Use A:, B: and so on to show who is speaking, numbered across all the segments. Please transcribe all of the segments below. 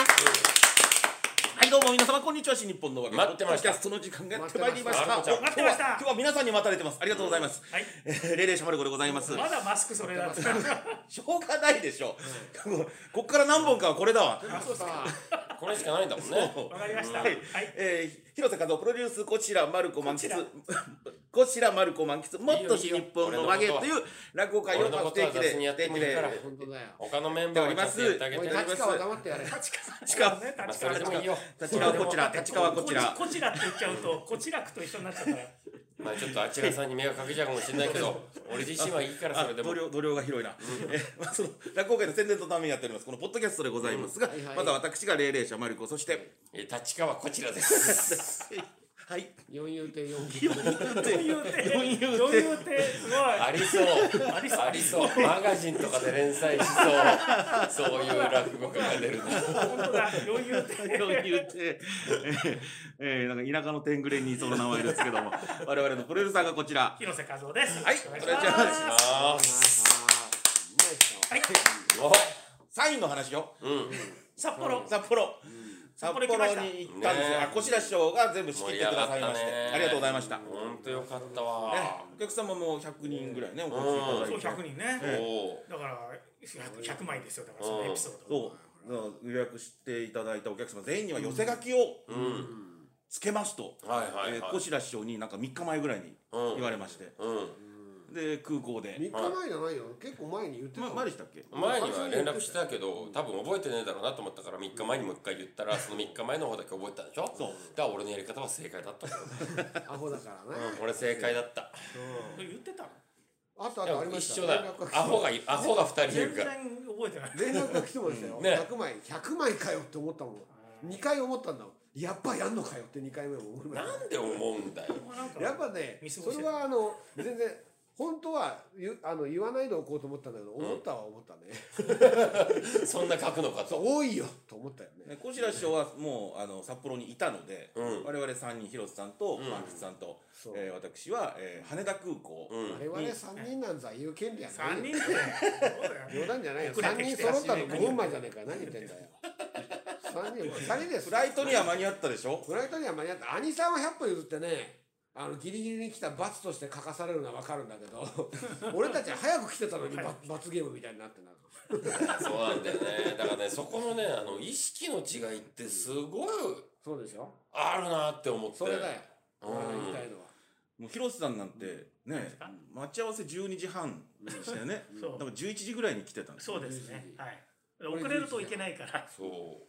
A: はいどうも皆様こんにちは新日本の若
B: 待ってました
A: ポッドキャストの時間がやってまいりました
B: 待ってました
A: お
C: 待ってました
A: 今日は今日は皆さんに待たれてますありがとうございます、
C: はい
A: えー、レイレイシャマルコでございます
C: まだマスクそれだった。
A: しょうがないでしょ、ここっから何本かはこれだわ
B: そうさこれしかないんだもんね
A: そう
C: わかりました。
A: は
C: はい
A: い。、えー、広瀬和夫プロデュースこちらマルコ満喫 こちらマルコ満喫もっと日本の曲げという落語会を
B: 俺の
A: 不
B: ことは
A: 定期
B: 雑
A: で
B: にやってもいいから
D: 本当だよ。
B: 他のメンバーはちゃんとやってあげ
D: お
B: て
D: い、
B: ね
D: 立川黙ってやれ。
C: 立川
A: 立川
C: そうね、
B: まあ
C: 立
B: それ
C: 川
B: でもいいよ
A: 立川こちら
C: こ
A: 立川こちら
C: こちらって言っちゃうと、こちらくと一緒になっちゃうから。
B: まあちょっとあちらさんに迷惑かけちゃうかもしれないけど俺自身はいいから
A: あ
B: それでも
A: 同僚同僚が広いな、えー まあ、その落語会の宣伝のためにやっておりますこのポッドキャストでございますが、
D: はいはい
A: また私が霊霊者マルコそして、
B: え立川こちらです
A: はい
D: 四遊亭四遊
C: 余裕亭、余裕亭、すごい。
B: ありそう
C: ありそう
B: ありそうマガジンとかで連載しそうそういう落語家が出るの
C: 本当だ、余裕亭。
A: そう言って、 えーえーなんか田舎の天狗連にいそうな名前ですけども、 我々のプロデューサーがこちら。
C: 広瀬和夫です。
A: はい
C: お願い
A: お願いします
C: しま
B: あー
C: はい、
A: サインの話よ。
B: おうん
C: 札幌。
A: 札幌。札
C: 札
A: 幌
C: 幌
A: に
C: 行
A: 行
C: き
A: った
C: ま
A: ん
C: し
A: です
C: た
A: よ。
B: ねえ
A: あ、こちら師匠が全部仕切
B: 盛
A: っ
B: り
A: て
B: 上
A: くだ
B: が
A: さ
B: っ
A: い
B: た
A: ま
B: ね
A: して、ありがとうございました。ね
B: ほんとよかったわ、
A: お客様も100人ぐらいね、お越し
C: そう、
A: いただいて。
C: 100人ね。
B: おお
C: だから、100 100枚ですよ、だからそのエピソード。
A: そう、だから予約していただいたお客様全員には寄せ書きを
B: うん
A: つけますと、
B: はいはいはい
A: えーこちら師匠になんか3日前ぐらいに
B: うん
A: 言われまして、
B: う
A: で空港で。
D: 三日前じゃないよ。結構前に言ってた
A: ま
D: もん。
A: 前でしたっけ？
B: ん前には連絡してたけど多分覚えてねえだろうなと思ったから3日前にもう一回言ったらその3日前の方だけ覚えてたでしょ
A: そう
B: だから俺のやり方は正解だったんだよ
D: アホだからね。
B: 俺正解だった
C: 言ってたの
D: あとあ
B: で
D: とあ
B: も
D: りまし
B: 一緒
D: たよ。
B: だ
D: 連絡が来て
B: アホがいアホが2人い
C: 全
B: るか
C: 然
B: ら
C: 覚えてない。
D: 連絡が来てましたよ。
B: うんね
D: 100枚、100枚かよって思ったもん。二回思ったんだもん。やっぱやんのかよって二回目も思いまし
B: なんで思うんだよ
C: なんか
D: た。やっぱね
C: 見、過
D: そ
C: ごして
D: れ
C: る
D: はあの全然本当は言うあの言わないでおこうと思ったんだけど、思ったは思ったね。
B: そんな書くのかと
D: 多いよと思ったよね。
A: ね、小白師匠はもうあの札幌にいたので、
B: うん
A: 我々3人広瀬さんと
B: ん
A: 満吉さんと、
D: そう
A: えー私は、えー羽田空港、
B: うん
D: 我々三人なんざ言う権利はない
C: 3
D: よ
C: 人。ってそうだよね
D: 冗談じゃないよ。
C: 遅れ
D: 三
C: てき
D: 人
C: て
D: 揃ったの五分前じゃねえか。何言ってんだよ。三人、二人です。
A: フライトには間に合ったでしょ
D: フライトには間に合った。兄さんは百歩譲ってね。あのギリギリに来た罰として書かされるのはわかるんだけど俺たちは早く来てたのに罰罰ゲームみたいになってな
B: そうなんだよねだからねそこのねあの意識の違いってすごい
D: そうでしょ
B: あるなって思って
D: それだよ
B: うん
D: 俺が言いたいのは
A: もう広瀬さんなんてね待ち合わせ12時半でしたよ ね
C: そう
A: 多分11時ぐらいに来てたんです
C: そうですね。はい。遅れるといけないから。
B: そう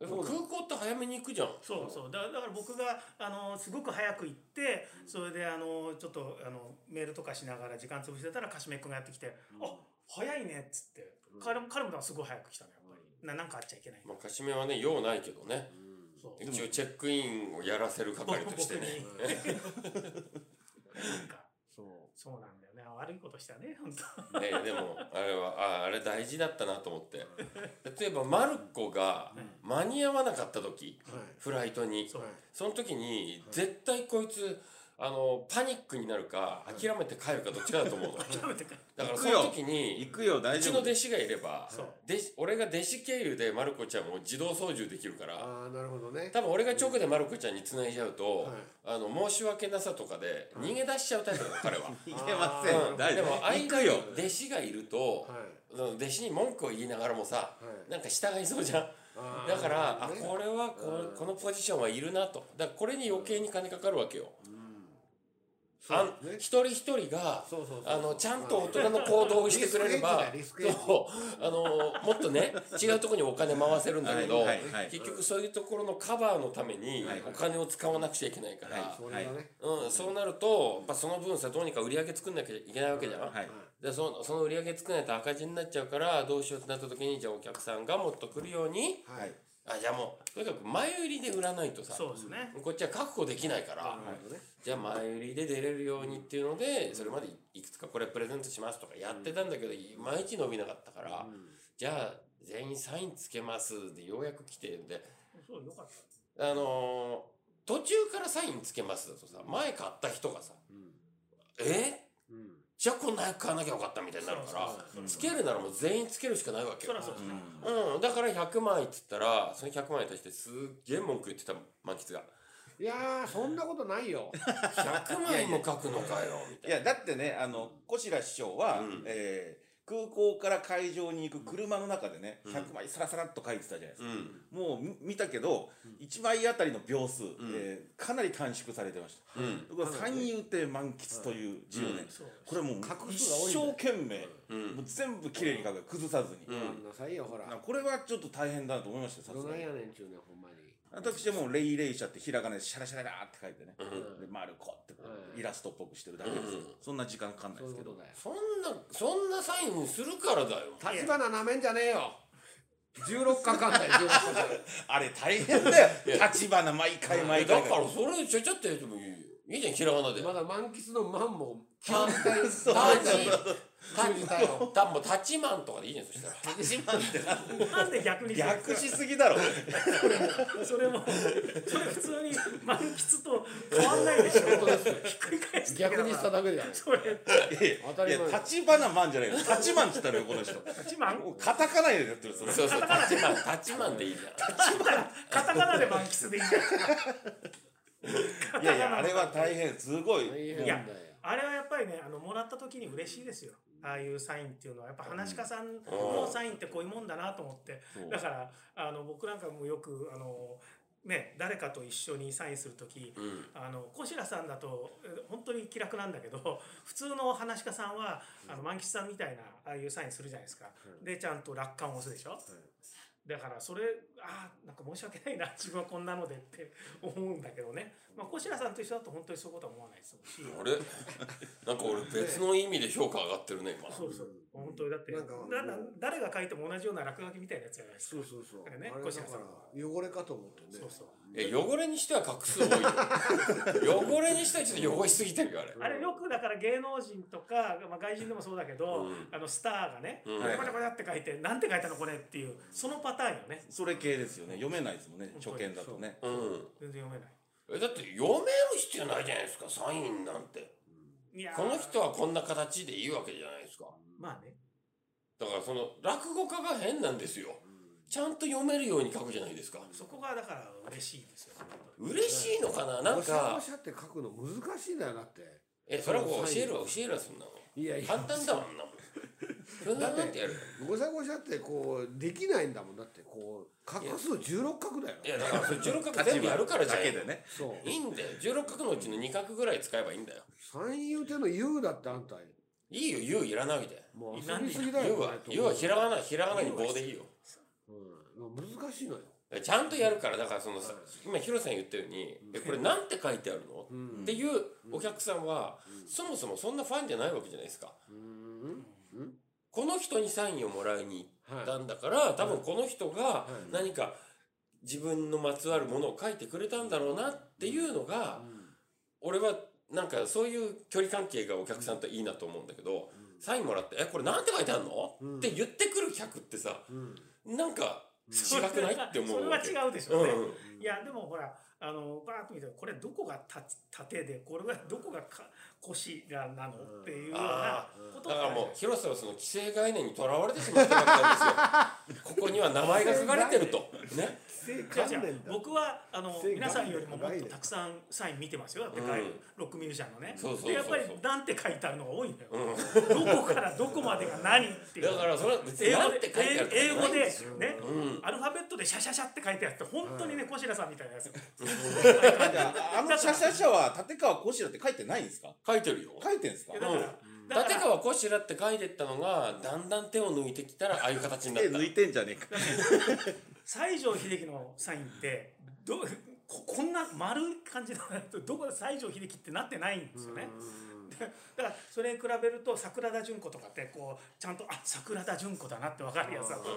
B: でも空港って早めに行くじゃん
C: そうそうだだから僕があのすごく早く行ってそれであのちょっとあのメールとかしながら時間潰してたらかしめっくんがやってきて「あ早いね」っつって彼も彼もだからすごい早く来たのやっぱりななんかあっちゃいけない
B: まあ、かしめはね用ないけどね
C: そう
B: 一応チェックインをやらせる係としてね
C: 僕になんか
D: そう
C: そうなんだよね悪いことしたね本当
B: ねでもあれはああれ大事だったなと思って例えばマルコが間に合わなかった時
D: はい
B: フライトに
C: そう
B: その時に絶対こいつあのパニックになるか諦めて帰るかどっちかだと思うの
C: 食べてか
B: だか
A: 行
B: らそ
A: くよ
B: の時に
A: 行くよ
B: う
A: 大
B: ち
A: 丈
B: の
A: 夫
B: 弟子がいれば
C: そう
B: 弟子俺が弟子経由でマルコちゃんも自動操縦できるから
D: ああなるほどね
B: 多分俺が直でマルコちゃんに繋いじゃうと
D: はい、
B: あの申し訳なさとかで逃げ出しちゃうタイプなの彼は。
A: 行けませ
B: うんん
A: 大
B: で
A: 丈
B: も
A: 夫行
B: 間
A: く
B: に
A: よ
B: 弟子がいると、
D: はい
B: 弟子に文句を言いながらもさ、
D: い
B: なんか従いそうじゃん
D: あー
B: だから
D: な
B: あ
D: るほどね
B: これはここのポジションはいるなとだからこれに余計に金かかるわけよ、あん
D: そうね
B: 一人一人が
D: そうそうそう
B: あのちゃんと大人の行動をしてくれれば
D: リスクヘッジだリスクヘッジ
B: そうあのもっとね違うところにお金回せるんだけど、
A: はいはいはい
B: 結局そういうところのカバーのために
A: はいはい
B: お金を使わなくちゃいけないから、
A: はい
D: それだね
B: うん、そうなるとやっぱその分さどうにか売り上げ作んなきゃいけないわけじゃん、
A: はい
B: でそその売り上げ作らないと赤字になっちゃうからどうしようってなった時にじゃあお客さんがもっと来るように
D: はい
B: あじゃあもうとにかく前売りで売らないとさ
C: そうですね
B: こっちは確保できないから、
D: なるほどね
B: じゃあ前売りで出れるようにっていうのでそれまでいくつかこれプレゼントしますとかやってたんだけどいまいち伸びなかったから、じゃあ全員サインつけますでようやく来てで
C: そうよかった
B: あのー途中からサインつけますだとさ前買った人がさ、え
D: うん
B: じゃあこんな早く買わなきゃよかったみたいになるから
A: そう
B: つけるならもう全員つけるしかないわけ
C: そ
B: よ
C: らそうですね。
B: うん、だから100万円っつったらその100万円に対してすっげえ文句言ってた満喫が
D: いやーそんなことないよ。
B: 100万円も書くのかよみた
A: い
B: いな
A: やだってねあの小白師匠は、
B: うん
A: えー空港から会場に行く車の中でね、
B: うん
A: 100枚サラサラっと書いてたじゃないです
B: う
A: か、
B: ん
A: もうみ見たけど、
D: うん
A: 1枚あたりの秒数、
B: ん
A: えーかなり短縮されてました
B: うん
A: 僕は三遊亭満喫という字をね、
B: うん
C: そう。
A: これもう
D: 書く
A: 一
D: 人が多いんだよ
A: 生懸命、
B: う
A: もうん全部綺麗に書く崩さずに、
B: うん
D: ごめんなさいよほら。
A: なこれはちょっと大変だなと思いましたよさ
D: ど
A: す
D: な
A: が
D: ん
A: に
D: やねんちゅうねんほんまに。
A: 私はもう「レイレイ社」ってひらがなでシャラシャララーって書いてね、
B: うん
A: でマルコってこう
D: うん
A: イラストっぽくしてるだけですよ、
B: うん
A: そんな時間かかんない
D: そう
A: で
D: い
A: す
D: う
A: けど
D: ことだよ。
B: そんなそんなサインするからだよ
D: 立花なめんじゃねえよ。十六かかんだよ。
A: あれ大変だよ
B: いや
A: 立花毎回毎
B: だ
A: 回
B: からそれちゃちゃってやってもいいよいいじゃんひらがなで
D: 16まだ満喫の満も
B: タン
A: そう
B: タン
D: 感じたよ。
B: タンもうタッチマンとかでいいじゃんそしたら
A: 立花ってな
C: なんで逆にしてるんですか
A: 逆しすぎだろ
C: それも、それ普通に満喫と変わんないでしょ。
D: 本当ですよ
C: ひっくり返して
D: 逆にしただけだよ。
C: それ、
D: 当た
A: い
D: り
A: や
D: 前。
A: 立花マンじゃないよ立花っつったのよこの人
C: 一番
A: カタカナでやってるそれ
B: そうそうタッチマンタッチマンでいいじゃん
C: カタカナで満喫でいいんだよ。
A: いやいやあれは大変すごい
D: 大変
A: もう
D: だよ。
C: あれはやっぱりね、あのもらった時に嬉しいですよ。ああいうサインっていうのは、やっぱ話し家さんのサインってこういうもんだなと思って。だから、あの僕なんかもよく、あの。ね、誰かと一緒にサインする時
B: うん
C: あの小白さんだとえー本当に気楽なんだけど 普通の話し家さんはあの満喫さんみたいなああいうサインするじゃないですか、
D: う
C: でちゃんと楽観を押すでしょ、だからそれああなんか申し訳ないな自分はこんなのでって思うんだけどね、まあ、小白さんと一緒だと本当にそういうことは思わないですし
B: あれなんか俺別の意味で評価上がってるね今
C: そうそう本当にだって
D: なんかもう
C: だだ誰が書いても同じような落書きみたいなやつじゃないです
D: そ
C: か
D: うそうそう。
C: だか
D: あ
C: ら
D: れ
C: ね
D: だ
C: 小白さん
D: から汚れかと思ってね。
C: そうそう
B: え汚れにしては画数多いよ汚れにしてはちょっと汚しすぎてるよあれ
C: あれよくだから芸能人とか、まあ、外人でもそうだけど、
B: うん
C: あのスターがね「
B: うん
C: これこれこれ」って書いて「なんて書いたのこれ」っていうそのパターンよね
A: それ系ですよね読めないですもんね初見だとね
B: うん
C: 全然読めない
B: えだって読める必要ないじゃないですかサインなんて
C: いやー
B: この人はこんな形でいいわけじゃないですか
C: まあね
B: だからその落語家が変なんですよちゃんと読めるように書くじゃないですか
C: そこがだから嬉しいですよ
B: 嬉しいのかな
D: な
B: なんん
D: か。ごしゃ
B: か
D: ごしゃって書くの難しいんだよだって。
B: えそれはもう教えるわ教えるわそんなの
D: いやい
B: 簡
D: や。
B: 単だもんなもんそんななんてやる
D: ごしゃごしゃってこうできないんだもんだってこう画数16画だよ
B: いやだからそれ16画全部やるからじゃん
A: だけでね
D: そう
B: いいんだよ16画のうちの2画ぐらい使えばいいんだよ
D: 三遊亭の U だってあんた
B: いいよ「ゆう」いらないで
D: もう遊
C: なんで
D: び
C: す
B: 「
D: ぎだ
B: ゆ
D: よ
B: う」は「ゆう」はひらがなひらがなに棒でいいよ
D: うん、難しいのよ、
B: ちゃんとやるからだからそのさ今ヒロさん言ったように「えこれなんて書いてあるの?」
D: うん
B: っていうお客さんはそもそもそんなファンじゃないわけじゃないですか。
D: うん
B: この人にサインをもらいに行ったんだから、多分この人が
D: い
B: 何か自分のまつわるものを書いてくれたんだろうなっていうのが、俺はなんかそういう距離関係がお客さんといいなと思うんだけど、サインもらって「えこれなんて書いてあるの?」
D: うん
B: って言ってくる客ってさ
D: うん
B: なんか違くないって思うわけ
C: それは違うでしょうね、
B: うんうん
C: いやでもほらあのバーッと見たらこれどこがた縦でこれはどこがか腰がなのっていうような
B: あ
C: こと
B: だからもう
C: う
B: 広瀬はその既成概念にとらわれてしまってるわけなん ですよここには名前が書かれてるとね
D: 正
C: じゃあ
D: 観
C: じゃあ
D: 念だ
C: 僕はあの
D: せい
C: 皆さんよりももっ
D: 概
C: と
D: 念
C: たくさんサイン見てますよだって外
B: うん
C: ロックミュージシャンのね、
B: そうそうそうそう
C: でやっぱりなんて書いてあるのが多いんだよ、
B: うん
C: どこからどこまでが何っていう
B: だからそれは別に
C: 英
B: な
C: 語
B: ん
C: で
B: て書いてあると
C: 英
B: か
C: 語
B: ないん
C: で
B: ですよ
C: ね、
B: うん
C: アルファベットでシャシャシャって書いてあって本当にね小白さんみたいなやつ
A: だからあのシャシャシャは立川こしらって書いてないんですか
B: 書いてるよ
A: 書いてんですか
C: いやだから、だから
B: 立川こしらって書いてったのがだんだん手を抜いてきたらああいう形になっ
A: 手
B: た
A: 抜いてんじゃねえか
C: 西城秀樹のサインってどここんな丸い感じだなとどこで西城秀樹ってなってないんですよね。だからそれに比べると桜田淳子とかってこうちゃんとあ桜田淳子だなって分かるやつだったんだ
D: い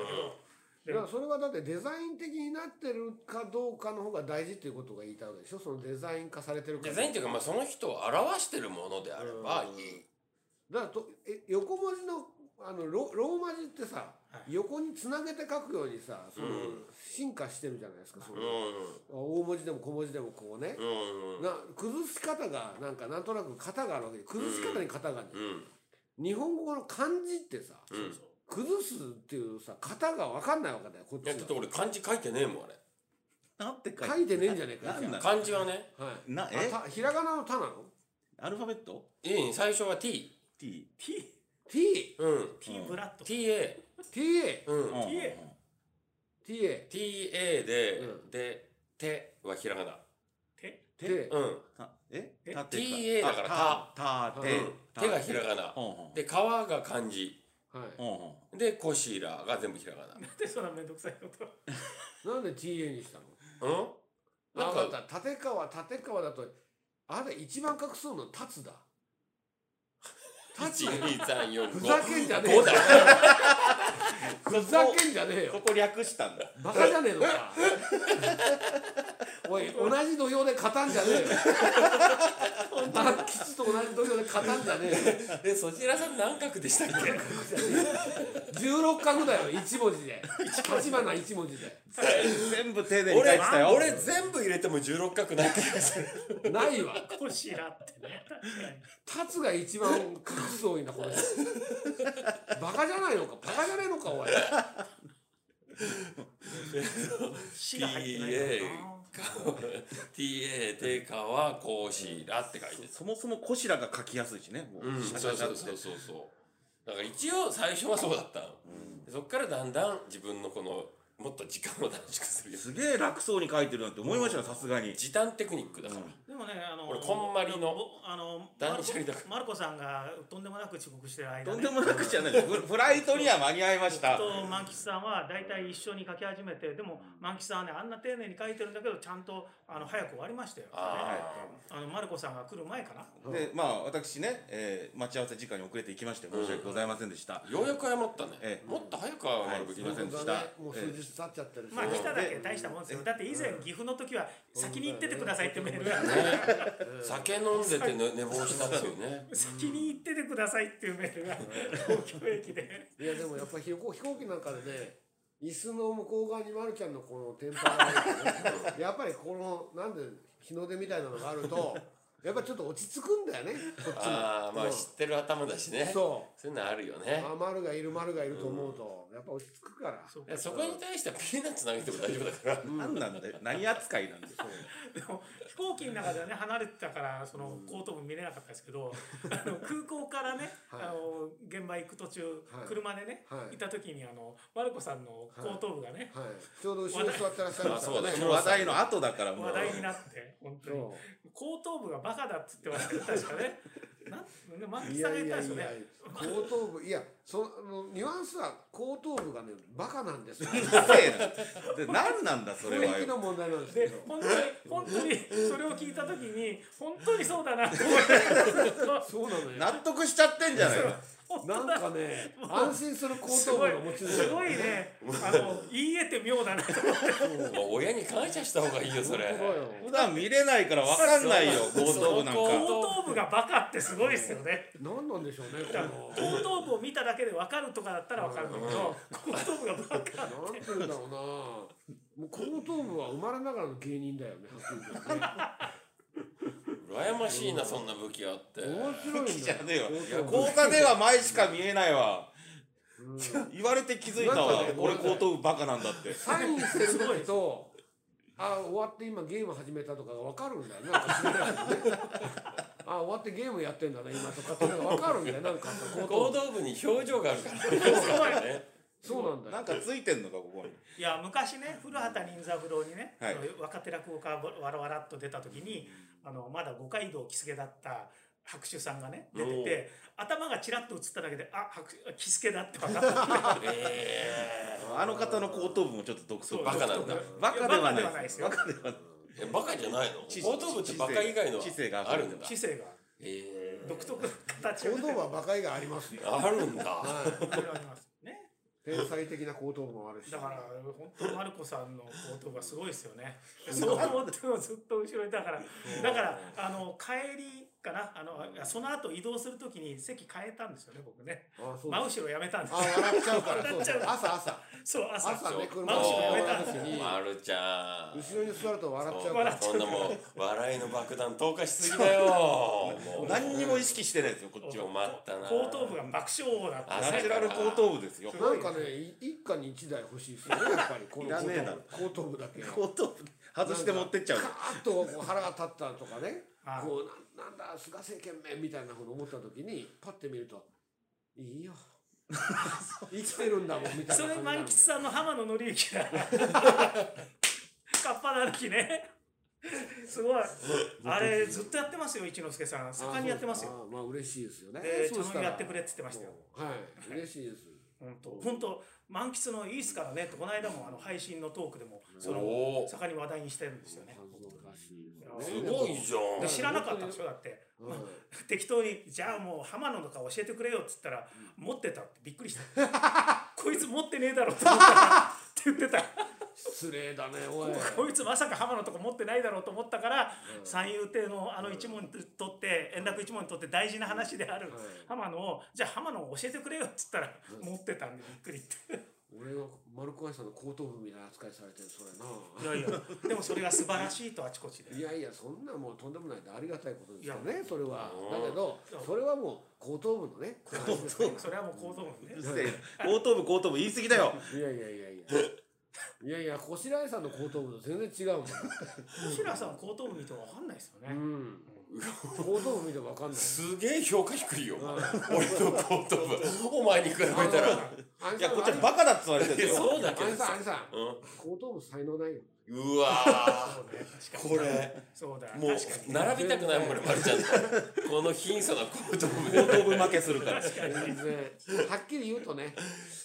C: け
D: や
C: ど
D: それはだってデザイン的になってるかどうかの方が大事っていうことが言いたいわけでしょそのデザイン化されてるか
B: デザインっていうかまあその人を表してるものであればいい
D: だからとえ横文字のあのロローマ字ってさ、横につなげて書くようにさその
B: うん
D: 進化してるじゃないですか、その
B: う
D: 大文字でも小文字でもこうね、
B: んうんうん
D: な崩し方がなんかなんとなく型があるわけで崩し方に型がね、
B: うん
D: 日本語の漢字ってさ
B: うん
D: 崩すっていうさ型が分かんないわけだよこっ
B: いやだって
D: ち
B: 俺漢字書いてねえもんあれ
A: なんて書い
D: は書いてねえんじゃねえ
A: な
D: か
A: なん
D: よ
A: な
B: 漢字はね
D: はい
A: な
D: あ
A: え
D: たひらがなの「た」なの
A: アルファベット
B: いい最初は T
A: ?T。
C: T
D: ?T
B: うん
C: T ブラッド
B: TA
D: TA
B: うん
A: うん
C: TA
D: TA
B: TA で、
D: うん
B: で、手はひらがな。
C: 手
A: 手。
D: T
B: うん。
A: たえ
C: え
A: たてか
B: TA だから
A: あた。た、
D: う
A: て
D: ん。
A: た
B: 手がひらがな。
A: ほんほん。
B: で、川が漢字。
D: は
A: ほんほん。
B: で、こしらが全部ひらがな。
C: なんでそんなめんどくさいこと
D: いなんで TA にしたの
B: うんな
D: あ
B: ん
D: 分
B: か、
D: かった立川立川だとあれ一番隠そうの「立つ」だ立
B: 1、
D: つ
B: 2、3、4、
D: ふ
B: 5。
D: ざけんじゃねえ
B: 5
D: よ
B: だ。
D: ふざけんじゃねえ
A: そ
D: よ
A: こ略した んだ。
D: バカじゃねえのか おい同じ土俵で勝たんじゃねえよ あ吉と同じ土俵で勝たんじゃねえよ
B: え、そちらさん何角でしたっけ
D: 16画だよ一文字で立花一文字で
A: 全部手で書い
B: 俺
A: てたよ。、
B: 俺全部入れても16角ない気がする。
D: ないわ
C: こしらってね確かに
D: 立が一番画数多いんだこれバカじゃないのかバカじゃねえのかおい
C: 死が入ってないからな
B: TA で川、こしらって書いてる。
A: そもそもコシラが書きやすいしね。も
B: うん、
A: シャシ
B: そ
A: ャ
B: う
A: シャ
B: そ
A: って
B: うそうそうそうだから一応最初はそうだったの、そっからだんだん自分のこのもっと時間を短縮するよ
A: すげえ楽そうに書いてるなんて思いましたよ、さすがに。
B: 時短テクニックだから、
C: でもねあの
B: 俺こんまりの
C: ぼあのマ
B: 断
C: ルコ
B: 捨離だから
C: マルコさんがとんでもなく遅刻してる間ね
A: とんでもなくじゃないです。フ フライトには間に合いました。
C: 僕と満吉さんは大体一緒に書き始めてでも満吉さんはねあんな丁寧に書いてるんだけどちゃんとあの早く終わりましたよ
B: あ
C: あのマルコさんが来る前かな
A: で、まあ、私ね、えー待ち合わせ時間に遅れていきまして、申し訳ございませんでした。
B: あようやく謝ったね、
A: ええ
B: もっと早く謝るべきだ
A: はいすいませ
B: ね、
A: んで
D: 本
A: した
D: 当だねもう数日経っちゃってるし
C: まあ
B: うん
C: 来ただけ大したもんですよだって以前岐阜の時は先に行っててくださいってメールが
B: 酒飲んでて、ね、寝坊したっていうね
C: 先に行っててくださいっていうメールが東京駅で
D: いやでもやっぱり飛行飛行機なんかでね椅子の向こう側にまるちゃんのこの天板があるからねやっぱりこのなんで日の出みたいなのがあるとやっぱりちょっと落ち着くんだよねこっちも
B: ああま
D: う
B: あ
D: ん
B: 知ってる頭だしねそう
D: そ
B: いうのあるよ
D: う、
B: ね
D: まあ、丸がいる丸がいると思うと、やっぱ落ち着くから
C: そう
B: そこに対してはピーナッツ投げても大丈夫だから
A: 何なんだよ。何扱いなんだよ。
C: でも飛行機の中ではね離れてたからその後頭部見れなかったですけ ど、あの空港からね、
D: はい
C: あの現場行く途中、
D: はい
C: 車でね、
D: はい
C: 行った時にあのマルコさんの後頭部がね、
D: はい、ちょうど後ろに座ってらっしゃる
B: あそうだ
A: もう話題の後だから、もう。
C: 話題になって本当に
D: そ
C: 後頭部がバカだっつってましたよ確か ね。なんね満
D: うい
C: 喫さ
D: や
C: んが言ったん
D: いや
C: です
D: い
C: よね
D: や。後頭部いやそのニュアンスは後頭部がねバカなんですよ
A: うるせえな。で、何なんだ、それは
D: 雰囲
A: よ。
D: 気の問題なんですけ
C: で
D: ど
C: 本当に本当にそれを聞いた時に本当にそうだなって思ってそう
D: そうなのよ
A: 納得しちゃってんじゃないの
C: 本
D: な
C: 当
D: ん
C: だ
D: かね安心する後
C: す
D: 頭
C: ご
D: 部
C: い
D: の持ち主
C: すごいねあの言い得て妙だなと思って。
B: もう親に感謝した方がいいよそれ
D: 本当だよ
A: 普段見れないから分かんないよ、
B: そう
A: 後頭部なんか。
B: そう
C: 後頭部がバカってすごいですよね。
D: 何なんでしょうね
C: だから
D: こ
C: 後頭部を見ただけで分かるとかだったら分かるんだけど、後頭部がバカ。
D: のなんて言うんだろうなもう後頭部は生まれながらの芸人だよねはっきり言ってね
B: 羨ましいなそんな武器あって
D: 面白いんだよ
A: じゃねえわ
D: 後頭部
A: 高架では前しか見えないわ。
D: うん
A: 言われて気づいたわ
D: なんか。ね
A: 俺後頭部バカなんだって。
D: サインしてる時と、あ終わって今ゲーム始めたとかが分かるんだよ。なんか知らないよね。あ終わってゲームやってんだね今とかって分かるんだよ。なんかさこ
B: 後
D: う
B: 頭部に表情があるから
C: い
B: ね
D: そうなんだよ。
A: なんかついてんのか、ここに。
C: いや昔ね古畑任三郎にね、
A: はい
C: あの若手落語家がわらわらっと出た時にあのまだ五街道喜助だった白手さんがね出てて頭がちらっと映っただけであ白喜助だっ て分かった。
B: え
A: あの方の後頭部もちょっと独特。
C: そう
B: バカなんだ
A: バカではない
C: やバカではないですよ
A: バカではない
B: ー えバカじゃないの
A: 知
B: 後頭部ってバカ以外の
A: 知性が
B: あるんだ
C: 知性が
B: え
C: 独特な形
D: 行
C: が出て
D: 動は馬鹿以外ありますよ。
B: ーあるんだ
D: はい。
C: ありますね。
D: 天才的な後頭部もあるし。
C: だから、本当にマルコさんの後頭部がすごいですよね。そう思ってもずっと後ろに、だから、だから、あの、帰りかな、あの、あその後移動するときに席変えたんですよね、僕ね。
D: あ、そうだ
C: 真後ろやめたんです
D: あ、笑っちゃうから。
C: 笑
D: そう
C: っちゃう
D: 朝朝。
C: そう、朝。
D: 朝ね、車
C: 真後ろやめたん
D: の
C: です
D: 時に、
B: まるちゃん。
D: 後ろに座ると笑っちゃうから
C: 笑。
B: そんなもう、笑いの爆弾投下しすぎだ よ。もう
A: 何にも意識してないですよこっちは
B: 困ったな。
C: 後頭部が爆笑王だった。
A: ナチュラル後頭部ですよ
C: すご
D: ないんかね、い一家に一台欲しいですよね、やっぱり。こ
A: い
D: の
A: らねえだろ
D: 後頭部だけ。
A: 後頭部外して持ってっちゃう
D: カーッとこう腹が立ったとかね
C: ああ
D: こうななんだ菅政権めみたいなふうに思った時にパッて見ると「いいよ生きてるんだもん」みたいな
C: それ
D: 感じな
C: 満
D: の
C: 喫さんの浜野紀之 だカッパの歩きねすごいあれずっとやってますよ一之輔さん盛んにやってますよ
D: ああまあ嬉しいですよね
C: で
D: そうした
C: 頼み
D: ら
C: やってくれって言ってましたよ
D: もうはい嬉しいです
C: 本当本当満喫のいいっすからねってこの間もあの配信のトークでもその
B: おお。
C: 盛んに話題にしてるんですよね
D: 恥ずかしい
C: ー
B: すごいじゃ
C: で
B: ん。
C: 知らなかったんですよだって
D: はい
C: 適当に「じゃあもう浜野の顔教えてくれよ」っつったら「持ってた」ってびっくりした こいつ持ってねえだろって思ったらって言ってた
D: 失礼だねおい
C: こいつまさか浜のとこ持ってないだろうと思ったから、三遊亭のあの一問取って円楽一問取って大事な話である、
D: はい
C: 浜野をじゃあ浜野を教えてくれよっつったら、持ってたんでびっくりって
D: 俺が丸子愛さんの後頭部みたいな扱いされてるそれ
C: い
D: な
C: やいやでもそれが素晴らしいとあちこちで
D: いやいやそんなもうとんでもないんでありがたいことですよねそれは
B: うん
D: だけどそれはもう後頭部のね後頭
C: それはもう行動もね
A: うるせえな後頭部後頭部言い過ぎだよ
D: いやいやいやいや。いやいや、こしらえさんの後頭部と全然違うもん。
C: 平さん後頭部見ても分かんないですよね、
D: うん。後頭部見てわかんない。
B: すげえ評価低いよ。俺の後頭部。お前に比べたら。
D: あん
A: いや
D: さん
A: こっちはバカだって言われて
B: い
A: るん
B: や
A: ですよ
B: そうだけ
D: あん
B: ど
D: さ
B: さ
D: ん、あ。んさん、
B: う
D: 後頭部才能ないよ。
B: ん。うわ
C: そうね確か
B: ー。
C: に
B: これ。
C: そうだ
B: もう
C: 確かに
B: 並びたくないもん俺丸ちゃんとこの貧相な後頭
A: 後
B: 部で
A: 頭部負けするから
D: 全然。はっきり言うとね、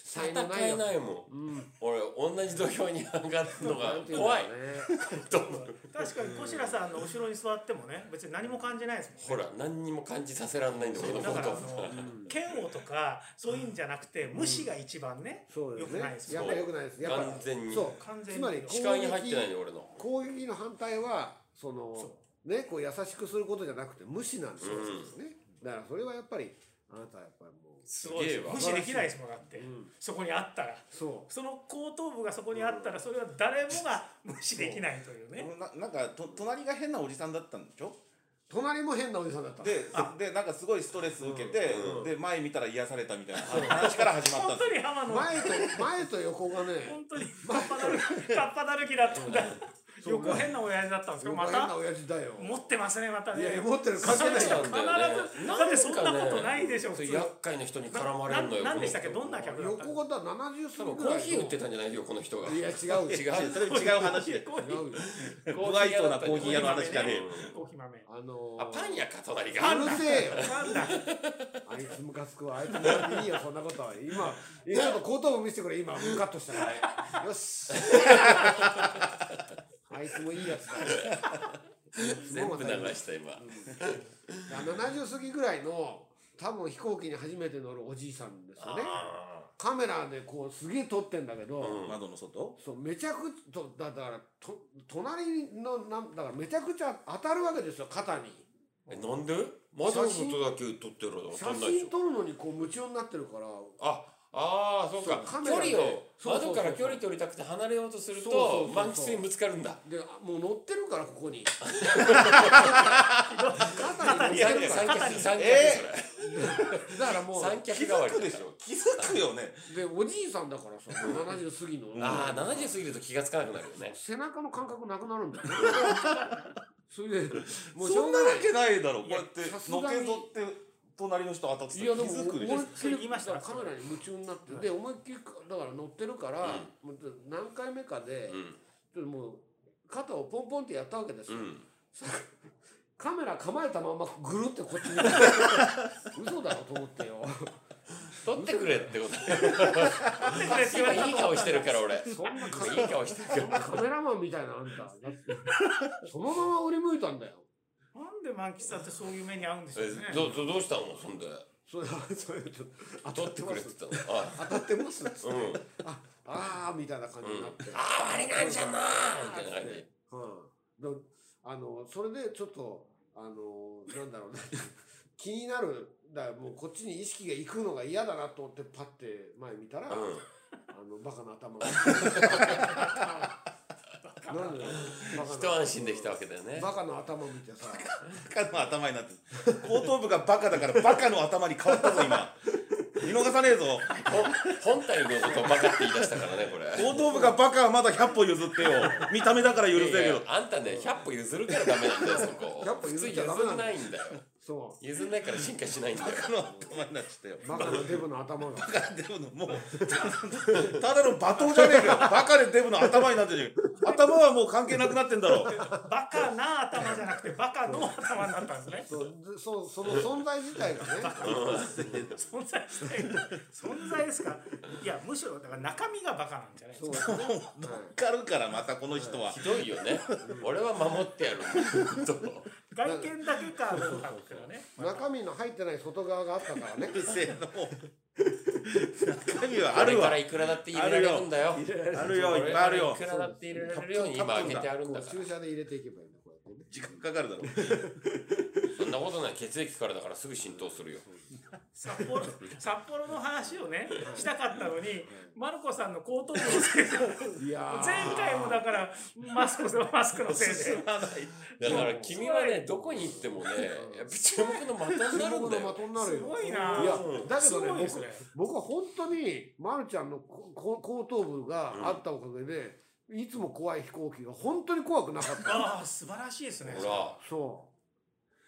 D: 才能な
B: 戦
D: い
B: え
D: よ。
B: ないもん
D: うん。
B: 俺同じ土俵に上がるのが
D: なんてうんだ
B: 怖い
D: ろうね。
C: 確かに小白さんの後ろに座ってもね別に何も感じないですもんね
B: ほら何にも感じさせらんないんだ俺の
C: だ
B: 後
C: から
B: 頭
C: あ
B: 部
C: の嫌悪とかそういうんじゃなくて無視が一番ね、
D: そうで
C: よ
D: す
C: くない
D: ね
C: です。
D: や
C: よ
D: っぱ良くないです。やっぱ
B: 完全に
D: そう。
C: 完全
D: つ
C: に
D: まり
B: 視界に入ってない
D: 攻撃
B: よ俺の
D: 攻撃の反対はその
C: そ
D: ねこう優しくすることじゃなくて無視なんですよね
B: う、
D: だからそれはやっぱりあなたはやっぱりもう
C: すごい
B: すげえわ
C: 無視できないですもんだって、
D: ん
C: そこにあったら
D: そ
C: その後頭部がそこにあったらそれは誰もが無視できないというね
A: ななんかと隣が変なおじさんだったんでしょ
D: う隣も変なおじさんだった
A: ででなんかすごいストレス受けて、
B: うん
A: で前見たら癒されたみたいな話から始まったんです
C: 本当
A: よ
C: に浜野
D: 前と前と横がね
C: 本当にカッパだるきカッパだるきだったんだ
D: そう
C: 横変な親父だったんですけどま
D: 横変な
C: た
D: 親父だよ
C: 持ってますねまた
D: い
C: ね
D: や持ってる関係ないじゃん
B: そうなんだよね
C: 必ずだってそんなことないでしょ
B: そう
C: 普通
B: 厄介な人に絡まれ
C: な
B: るのよ
C: なん
B: この人
C: でしたっけどんな客だった
D: 横がだ70
B: 多
D: 過
B: 分
D: ぎ
B: コ
D: ぐら
B: ー
D: いの
B: ヒー売ってたんじゃないよこの人が
D: いや 違う違う
A: 違うそれ違う話で
C: コーヒ
D: 違
C: ー
D: うよ
A: 不愛想なコーヒー屋の話じゃねえよ
C: コーヒー豆
D: あのー、
B: あパン屋か隣が
C: パ
D: う
C: ン
D: る
C: だ
D: せえよ
C: なんだ
D: あいつムカつくわあいつムカつくいいよそんなことは今今ちょっと後頭部見せてくれ今ムカッとしたからよ しあいつもいいやつだ
B: 全部流した今
D: 70過ぎぐらいの多分飛行機に初めて乗るおじいさんですよね
B: あ
D: カメラでこうすげえ撮ってんだけど、
B: うん
A: 窓の外
D: そうめちゃくちゃだだからと隣のなんだからめちゃくちゃ当たるわけですよ肩
B: ー
D: に
B: えなんで窓の外だけ撮ってるの
D: 写
B: 撮んないでしょ
D: 真撮るのにこう夢中になってるから
B: あああそうか
D: そうカメ
B: 距
D: ラ
B: 離
D: で
B: を
D: そうそうそう
B: 窓から距離取りたくて離れようとする
D: そうそうそう
B: と
D: そう
B: 満喫にぶつかるんだ
D: であもう乗ってるからこ こに
B: 三脚
C: 肩にやる
D: 肩に乗ってるから
B: 三脚それ
D: だからも
B: 三
D: う
B: 脚
A: 気
B: 代わ
A: づく
B: り
A: でしょ気づくよね
D: でおじいさんだからさもう70過ぎの
B: ああ70過ぎると気がつかなくなるよね
D: 背中の感覚なくなるんだよ それでもうし
A: そ
D: ょ
A: ん
D: う
A: な
D: が
A: わ
D: ない
A: けないだろこうやって
D: いやさす
A: の
D: がに
A: けぞって隣の人当たってた
D: い
A: ら
D: や
A: 気
D: でも
A: づく
D: 俺
A: でしょ
D: 俺っきり
C: 言いました
D: だからカメラに夢中になって、で思いっきりだから乗ってるから、もう何回目かで、
B: うん
D: ちょっともう肩をポンポンってやったわけです
B: う
D: よ、
B: ん
D: カメラ構えたままぐるってこっち見て 嘘だろと思ってよ
B: 撮ってくれってこと
C: これすいません
B: 今いい顔してるから俺
D: そんなカ
B: 今いい顔してるから
D: カメラマンみたいなあんただってそのまま俺向いたんだよ
C: なんで満喫さんってそういう目に遭うんでしょうね
B: えどどどうしたのそんで
D: それはそれちょっと当
B: 取
D: た
B: っ
D: ってて
B: く
D: ま
B: れ
D: す
B: って言ったのあ
D: 当たってますっつって、
B: うん
D: ああーみたいな感じになって、
B: ああれなんじゃなーみたいな感じ
D: うん、だあのそれでちょっとあのなん だろうな気になるだからもうこっちに意識が行くのが嫌だなと思ってパッて前見たら、
B: うん
D: あのバカ な頭がなんでバカな
B: 一安心できたわけだよね
D: バカの頭見てさ
A: バカの頭になってる後頭部がバカだからバカの頭に変わったぞ今見逃さねえぞ
B: ほ本体のことばかって言い出したからねこれ
A: 後頭部がバカはまだ100歩譲ってよ見た目だから許せる
B: いやい
A: け
B: や
A: ど
B: あんたね100歩譲るからダメなんだよそこ
D: 100歩
B: 普
D: 譲
B: 通
D: っちゃダメ
B: 譲
D: なんんだ
B: ないんだよ
D: そ
B: 譲んないから進化しないんだ よ
A: バカの頭になっちゃったよ
D: うバカのデブの頭が
A: バカでデブのもうただの罵倒じゃねえかよ バカでデブの頭になってる頭はもう関係なくなってんだろ
C: バカな頭じゃなくてバカの頭になったんですね
D: そうそうその存在自体がね
C: 存在したい存在ですかいやむしろだから中身がバカなんじゃないで
D: そ
C: すか
D: うですね、はい
A: わかるからまたこの人は
B: ひどいよ ね俺は守ってやると
C: 外見だけかどうかっていうのはね
D: 中身の入ってない外側があったからね
A: うるせえの中身はあ
B: あれ
A: る
B: か
A: わ
B: らいくらだって入れられるんだよ
A: あるよいっぱいあるよ
B: いくらだって入れられるように今開けてあるんだ
D: こ
B: か
D: う注射で入れていけばいいんだこうやってね
A: 時間かかるだろ
B: らそんなことない血液からだからすぐ浸透するよ
C: 札幌札幌の話をねしたかったのにマルコさんの後頭部のせいで
D: いやー
C: 前回もだからマスクマスクのせい
A: 進
C: で
A: まない
B: だから君はねどこに行ってもねやっぱ注目の的になるん だ
D: の
B: よ
D: 的になるよ
C: すごいな
D: やだけ
C: す
D: ど
C: ごい
D: ね
C: ですね
D: 僕僕は本当にまるちゃんのここ後頭部があったおかげで、いつも怖い飛行機が本当に怖くなかった
C: ああ素晴らしいですね
B: ほら
D: そ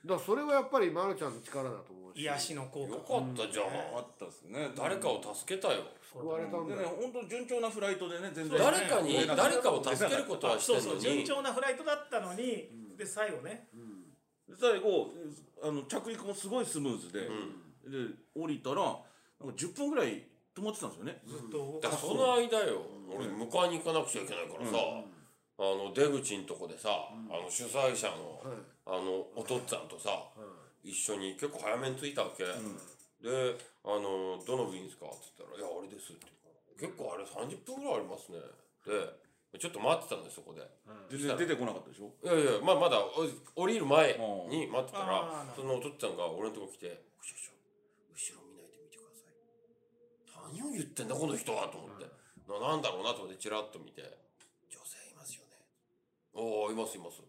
D: うだからそれはやっぱりまるちゃんの力だと思うし
C: 癒しの効
B: よ
C: 果
B: かったじゃん
A: あったですね
B: 誰かを助けたよ
D: 救われたんだ
A: でね
D: よ、
A: 本当順調なフライトでね全然
B: 誰かに
A: 出な
B: 誰かを助けることはして
C: そうんそ
B: の
C: う順
B: に
C: 調なフライトだったのにで最後ね
D: うん
A: 最後あの着陸もすごいスムーズで、で降りたらなんか10分ぐらい止まってたんですよね
C: ずっと
B: だからその間よ俺迎えに行かなくちゃいけないからさあの出口のとこでさあの主催者の
D: はい
B: あのお父っつぁんとさ一緒に結構早めに着いたわけ、で「あのどの部員ですか?」って言ったら「いやあれです」って言うから結構あれ30分ぐらいありますねでちょっと待ってたんですそこで
A: 全然出てこなかったでしょ
B: いやいや、まあ、まだお降りる前に待ってた
C: あ
B: ら
C: ー
B: そのお父っつぁんが俺のとこ来て「社長後ろ見ないで見てください」何を言ってんだこの人はと思って、ななんだろうなと思ってチラッと見て「女性いますよね」「おおいますいます」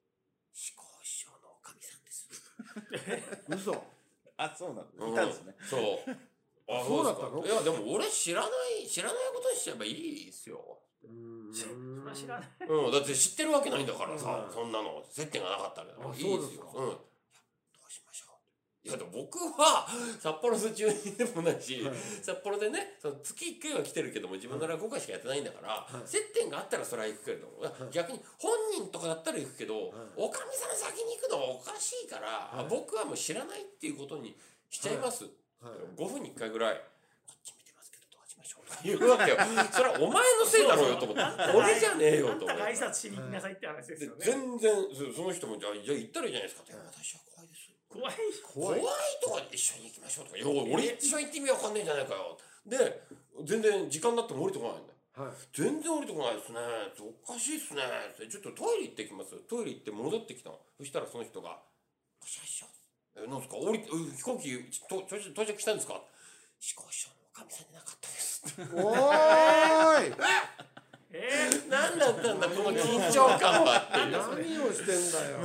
B: 「志向師匠のおかみさんです」
D: 嘘
A: あそうなん
B: うん
A: いたんですね、
B: そう。あ
D: そうだったの
B: そうですかいや、でも俺知らない、知らないことにしちゃえばいいですよ。
D: うん
C: それは知らない
B: うん、だって知ってるわけないんだからさ、
D: うん
B: そんなの、接点がなかったら、
D: あ
B: いい
D: そ
B: で
D: うですす
B: よ
D: か。
B: うん。いやどうしましょう。いや、でも僕は、札幌の中にでもないし、札幌でね、その月1回は来てるけども、自分の落語会しかやってないんだから、接点があったらそれは行くけれども、逆に本人とかだったら行くけど、おかみさん先に行くのはおかしいから、あ僕はもう知らないっていうことにしちゃいます。
D: はい
B: 5分に1回ぐらい、こっち見てますけどどうしましょうとか言うわけよ。 それはお前のせいだろうよと思って、俺じゃねえよ
C: あん
B: と
C: た
B: 思っ
C: が挨
B: て。
C: 拶しに行きなさいって話です
B: で
C: よね
B: 全然そその人もじゃあじゃあ行ったらいいじゃないですかっていや私は怖いです
C: 怖い
B: 怖いとか一緒に行きましょうとかいや俺一緒に行ってみようわかんねえじゃないかよで全然時間になっても降りてこないんだよ
D: はい
B: 全然降りてこないですねおかしいっすねちょっとトイレ行ってきますトイレ行って戻ってきたのそしたらその人が「師匠えなんですか降りて飛行機と到着到着したんですか?」師匠師匠のおかみさんじゃなかったです」
D: おーい
C: え
B: 何だったんだこの緊張感はっていう
D: 何をしてんだよ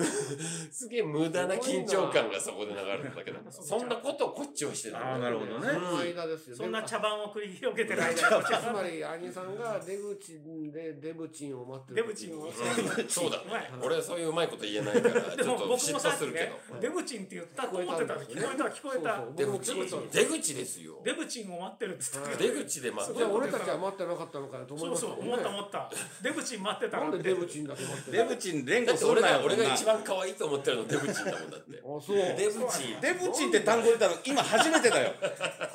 B: すげえ無駄な緊張感がそこで流れるんだけど、
C: す
B: そ
C: ごいなん
B: なことをこっちはしてたんだよ
A: あーなるほどね
D: その間ですよ
C: ー、そんな
D: で
C: 茶番を繰り広げてる間に
D: つまり兄さんが出口でデブチンを待って
C: デ
D: る
C: ブチンを
B: うんそうだね
C: うまい
B: 俺はそういううまいこと言えないからち
C: で
B: ょ
C: も
B: っと
C: 僕
B: 嫉
C: も
B: 妬
C: さっ
B: す
C: き
B: るけ
C: ね
B: ど、
C: デブチンって言ったと思ってたんで聞こえた聞こえた
D: 出
B: 出
D: 口
B: 口
C: そうそう
B: 出口ですよ
C: デブチンを待ってるっつった
B: 出口でまあ
C: そう
D: じゃあ俺たちは待ってなかったのかよと思い
C: そう
D: ます
C: そ
D: よ
C: う
D: ね
C: 思った思ったデブチン待ってた
D: なんでデブ
C: ン
D: チンだけ待って
A: デ
D: る
A: ブチン連
B: だ
A: 呼
B: って
A: する
B: 俺
A: なよ
B: が俺
A: そん
B: が
A: な
B: 一番可愛いと思ってるのデブチンだもんだって
D: あそう
B: デブチン
A: デブチンって 単語出たの今初めてだよ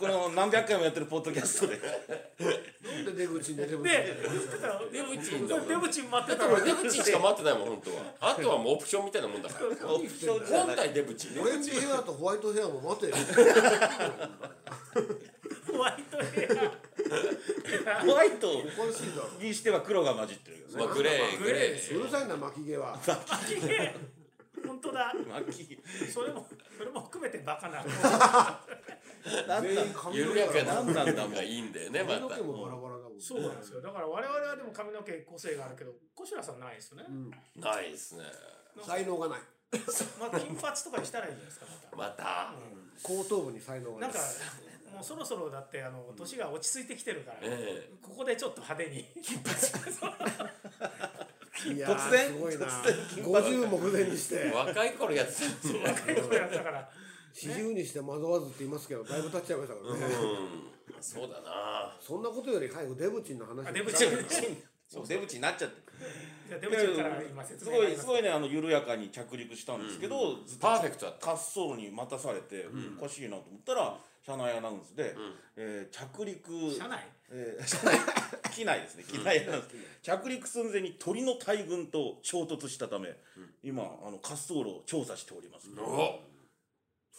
A: この何百回もやってるポッドキャストで
D: なんで出口出てくる
C: で、言ってたら、
B: 出口いいんだもん
C: 出口待
B: だって
C: ってたら
B: 俺、出口しか待ってないもん本当はあとはもうオプションみたいなもんだから
A: オプションじゃな
B: 本
A: い
B: 体出口
D: オレンジヘアとホワイトヘアも待てよ
C: ホワイトヘ
A: ホワイト
D: おかしいだろ
A: にしては黒が混じってるよね
B: まあグレーグレ
D: う
B: ー
D: るさいな巻き毛は
C: ア。きれい本当だ。
A: 巻
C: それも、それも含めてバカ な。
A: なんだ
D: 全員髪の
B: 緩
D: 毛
B: や
D: が
B: かな
A: なんなんだ
B: のがいいんだよねま
D: 髪の
B: た
D: 毛もバラバラだもんね
C: そうなんですよ。だから我々はでも髪の毛個性があるけど、小白さんないですよね。
D: うん
B: ないですね
D: 才能がない
C: まあ金髪とかにしたらいいじゃないですか、また。
B: また
D: 後頭部に才能が
C: な
D: なんい
C: か、もうそろそろだって、あの、年が落ち着いてきてるから、
B: え
C: ここでちょっと派手に。
D: いや
A: 突然
D: すごいな
A: 突然
D: 50目前にして
B: 若い頃やってたんだよ
C: 若い頃やったから。
D: 四十にして惑わずって言いますけどだいぶ経っちゃいましたからね
B: うんそうだな
D: そんなことより早く出口の話
C: あ出口
A: もう出口になっちゃって
C: じゃあ出
A: る
C: 口から今説
A: す
C: 明が
A: ご
C: あ
A: い
C: りますす。
A: ごいねあの緩やかに着陸したんですけど、ずっと
B: パーフェクトだった
A: 滑走路に待たされて、おかしいなと思ったら車内アナウンスで、えー着陸
C: 社内
A: えー 車内機内ですね機内アナウンス着陸寸前に鳥の大群と衝突したため、今あの滑走路を調査しております、
B: お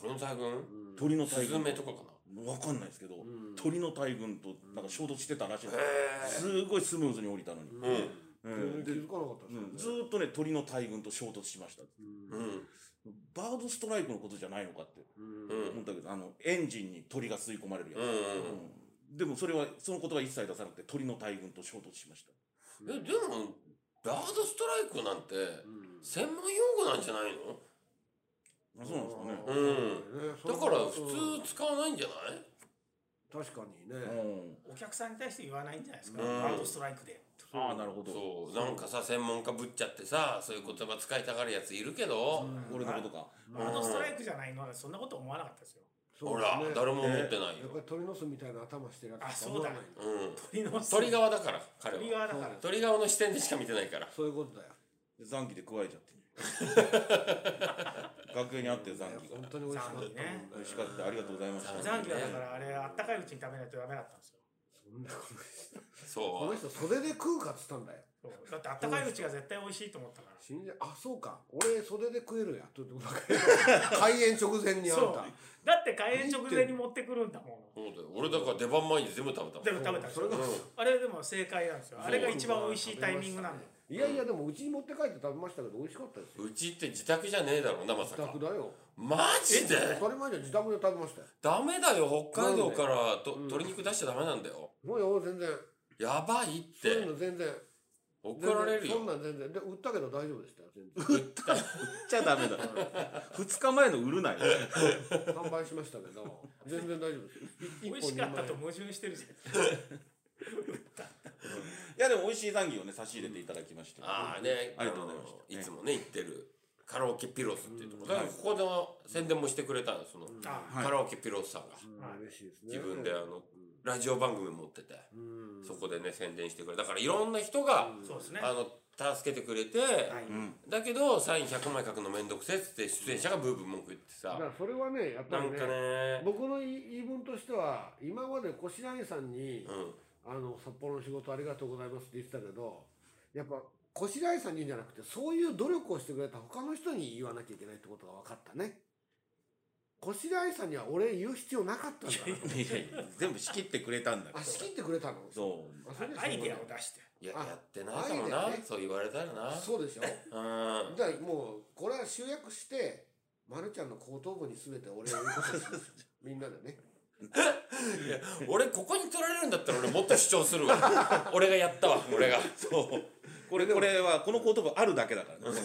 B: 鳥の大群
A: 鳥の
B: ス
A: 大
B: ズ
A: 群
B: メとかかな
A: わかんないですけど、鳥の大群となんか衝突してたらしいんで
B: へ
A: すすごいスムーズに降りたのに、
B: うん
A: うん
D: 気づかなかったですよ
A: ずーっとね鳥の大群と衝突しました
B: うん
A: バードストライクのことじゃないのかって
B: う
A: 思
B: ん
A: ったけどあのエンジンに鳥が吸い込まれるやつ、
B: うんうん
A: うんでもそれはそのことは一切出さなくて鳥の大群と衝突しました
B: えでもバードストライクなんて専門用語なんじゃないの
A: あそうなんですかね
B: うん
D: ね
B: だから普通使わないんじゃない
D: 通確かにね
A: うん
C: お客さんに対して言わないんじゃないですか、
B: うん
C: バードストライクで。
A: ああなるほど
B: そうなんかさ専門家ぶっちゃってさそういう言葉使いたがるやついるけど
A: 俺のことか
C: バードストライクじゃないのはそんなこと思わなかったですよ。
D: そう
B: ほ
D: です
B: ら
D: ね
B: 誰も思ってな
D: や
B: い
D: っぱり
B: よ
D: 鳥の巣みたいな頭してるやつ
C: あそ
D: しか
C: うだ
D: 思わない
B: うん
C: 鳥の巣
B: 鳥側だから彼
C: 鳥
B: は
C: 側だから。
B: 鳥側の視点でしか見てないから
D: そういうことだよ
A: で残機で食われちゃって楽屋にあって残
D: い
A: 機が
D: や本当に美味しかったもん
C: 残念ね
D: ね
A: 美味しかったありがとうございました
B: 残
C: 残機はだからあれあったかいうちに食べないとダメだったんですよ。
D: そんなことこ
B: そ
D: の
B: う
D: 人袖で食うかっつったんだよ
C: そうだってあったかいうちが絶対美味しいと思ったから。
D: 死んじゃあそうか俺袖で食えるやとばっ かり開演直前にあん
C: そう
D: た
C: だって開演直前に持ってくるんだも
B: そうだよ俺だから出番前に全部食べたもん
C: ん。でも食べたんです
D: それ
C: よ
D: が。
C: あれでも正解なんですよ。あれが一番美味しいタイミングなんだよ。
D: いやいやでもうちに持って帰って食べましたけど美味しかったですよ
B: うちって自宅じゃねえだろうなまさ
D: 自
B: か
D: 宅だよ
B: マジで
D: 当たり前じゃん自宅で食べましたよ
B: ダメだよ北海道からと鶏肉出しちゃダメなんだよ
D: もうよ全然
B: やばいっ
D: そういう
B: て
D: の全然
B: 怒られる
D: そ
B: よ
D: んなん全然で売ったけど大丈夫でしたよ全
A: 売っちゃダメだ2日前の売るなよ
D: 然販売しましたけど全然大丈夫です
C: 美味しかったと矛盾してるじゃん。
A: いやでも美味しい残機をね差し入れていただきまして
B: ああね
A: ありがとうございました
B: いつもね行ってるカラオケピロスっていうところだからここの宣伝もしてくれたんですその
C: あ
A: はい
B: カラオケピロスさんが
D: うん嬉しいですね
B: 自分であのラジオ番組持ってて
D: うん
B: そこでね宣伝してくれただからいろんな人が
C: そうですね。
B: あの助けてくれて
C: はい
A: うん
B: だけどサイン100枚書くのめんどくせえっつって出演者がブーブー文句言って
D: だか
B: さ
D: らそれはねやっぱ
B: なん
D: り
B: か
D: ね
B: ね
D: 僕の言い言い分としては今まで越谷さんに
B: うん
D: あの札幌の仕事ありがとうございますって言ってたけどやっぱ越谷さんにじゃなくてそういう努力をしてくれた他の人に言わなきゃいけないってことが分かったね越谷さんには俺言う必要なかったんだない
A: やいや全部仕切ってくれたんだ
D: あ
A: け
D: 仕切ってくれたの
A: どそう
D: あそれでしょ
C: アイデアを出して。
B: いや
D: あ
B: やってないかもな
D: アイデアね
B: そう言われたらな
D: そうでしょ
B: うん
D: じゃあもうこれは集約してまるちゃんの後頭部に全て俺を言うことにしますみんなでね
B: 俺ここに取られるんだったら俺もっと主張するわ 俺がやったわ俺が
A: そうこれこれはこの言葉あるだけだからね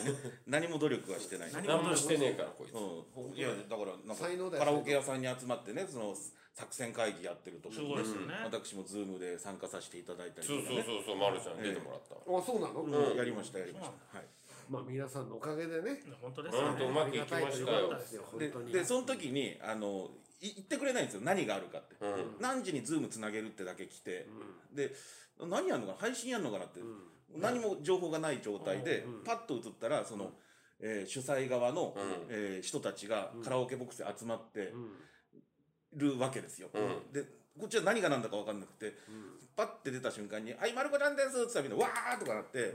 A: 何も努力はしてない
C: 何
B: 何もしてねえからこいつ
A: うん、いやだからなん
D: 才能だ
A: か
D: よ
A: カラオケ屋さんに集まってねその作戦会議やってるとこ
C: す
A: に
C: ごいですよね。
A: 私もズームで参加させていただいたりと
B: そう
A: か
B: そう
A: ね
B: そうそうまるちゃん出てもらったわ
D: あそうなの、
A: うんやりましたやりました、はい
D: まあ皆さんのおかげでね
C: 本当ですよ
B: うんとう
C: ね。
B: まくいきましたよ
D: ありがたいことでよ本当に
A: ででその時にあのい言ってくれないんですよ何があるかって、
B: うん
A: 何時にズームつなげるってだけ来て、で何やるのかな配信やるのかなって、何も情報がない状態で、パッと映ったらその、えー主催側の、
B: うん
A: えー人たちがカラオケボックスで集まって
D: うん
A: るわけですよ、
B: うん
A: でこっちは何が何だか分かんなくて、パッて出た瞬間に「はいマルコちゃんです」っつったらみんな「わー!」とかなって、で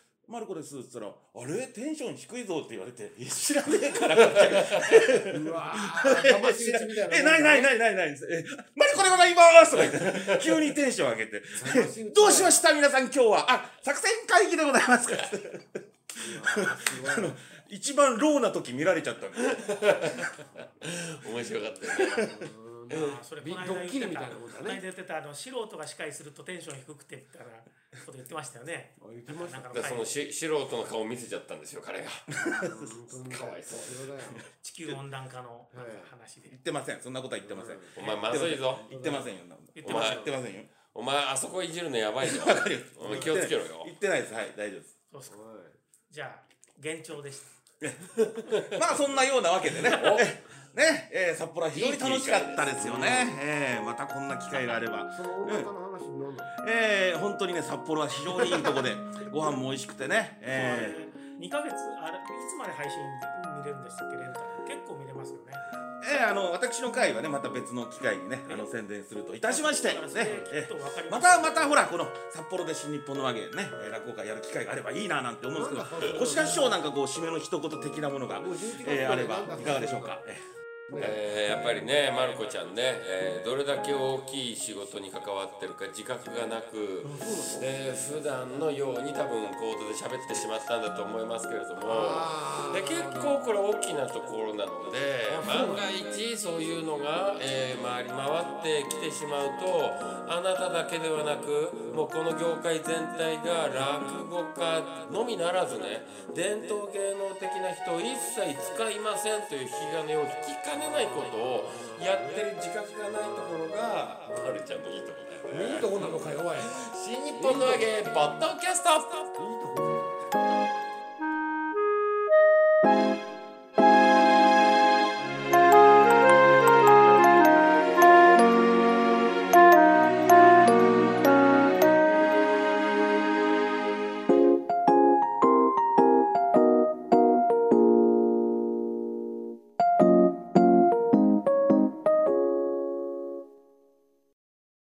A: 「マルコです」っつったら「あれテンション低いぞ」って言われて「いや知らねえから」
D: うわー魂打ちみたいな
A: え、ないない
D: い
A: ないないない。え、マリコでございますとか言って、急にテンション上げて、どうしました皆さん今日は。あ、作戦会議でございますから。あの、一番ローな時見られちゃったんです。
B: 面白かったよね。
C: でもそれこ
D: び
C: の間
D: ドッキリみたいな
C: 言
D: も
C: っ
D: ん
C: て
D: だ
C: たこ
D: ね
C: の間言ってたあの素人が司会するとテンション低くてみたいなこと言ってましたよね。
D: あ言ってました
C: なん
B: だ
C: かなんか
B: そのし素人の顔見せちゃったんですよ、彼が。
D: か
B: かわいそう
D: だよ
C: 地球温暖化のなんか話で
A: 言ってません。そんなことは言ってません。
B: お前まずいぞ。
A: 言ってませんよ。そんなこと
C: 言ってません
A: 言ってませんよ。
B: お前あそこいじるのやばいぞ。 お前気をつけろよ
A: 言。ってないです。はい、大丈夫です。
C: そうっすか
D: おい
C: じゃあ幻聴でした。
A: まあ、そんなようなわけでね。 ね、えー札幌は非常に楽しかったですよね。えーまたこんな機会があれば。
D: その大阪の話になるの
A: えー本当にね、札幌は非常にいいとこ で、ご飯も美味しくてね。えー
C: 2ヶ月あれいつまで配信見れるんでしたっけレンタル結構見れますよね
A: えーあの私の会はねまた別の機会にねあの宣伝するといたしましてね
C: だからそれきっ
A: え
C: と分かり
A: ーますたまたほらこの札幌で新日本の和芸ねえー落語会やる機会があればいいななんて思うんですけど星田師匠なんかこう締めの一言的なものが
D: もう11月
A: えーあれば
D: なんだ
A: いかがでしょうかえ
B: えーやっぱりね、まる子ちゃんね、えーどれだけ大きい仕事に関わってるか自覚がなく、えー普段のように多分コードで喋ってしまったんだと思いますけれど
D: あ
B: もで
D: ー
B: 結構これ大きなところなので万が一そういうのが、えー回り回ってきてしまうとあなただけではなくもうこの業界全体が落語家のみならずね伝統芸能的な人を一切使いませんという引き金を引きかねないことをやってる自覚がないところがまるちゃんのいいところだよね。
D: いいとこなのかよおい
B: 新日本の揚げポッドキャスト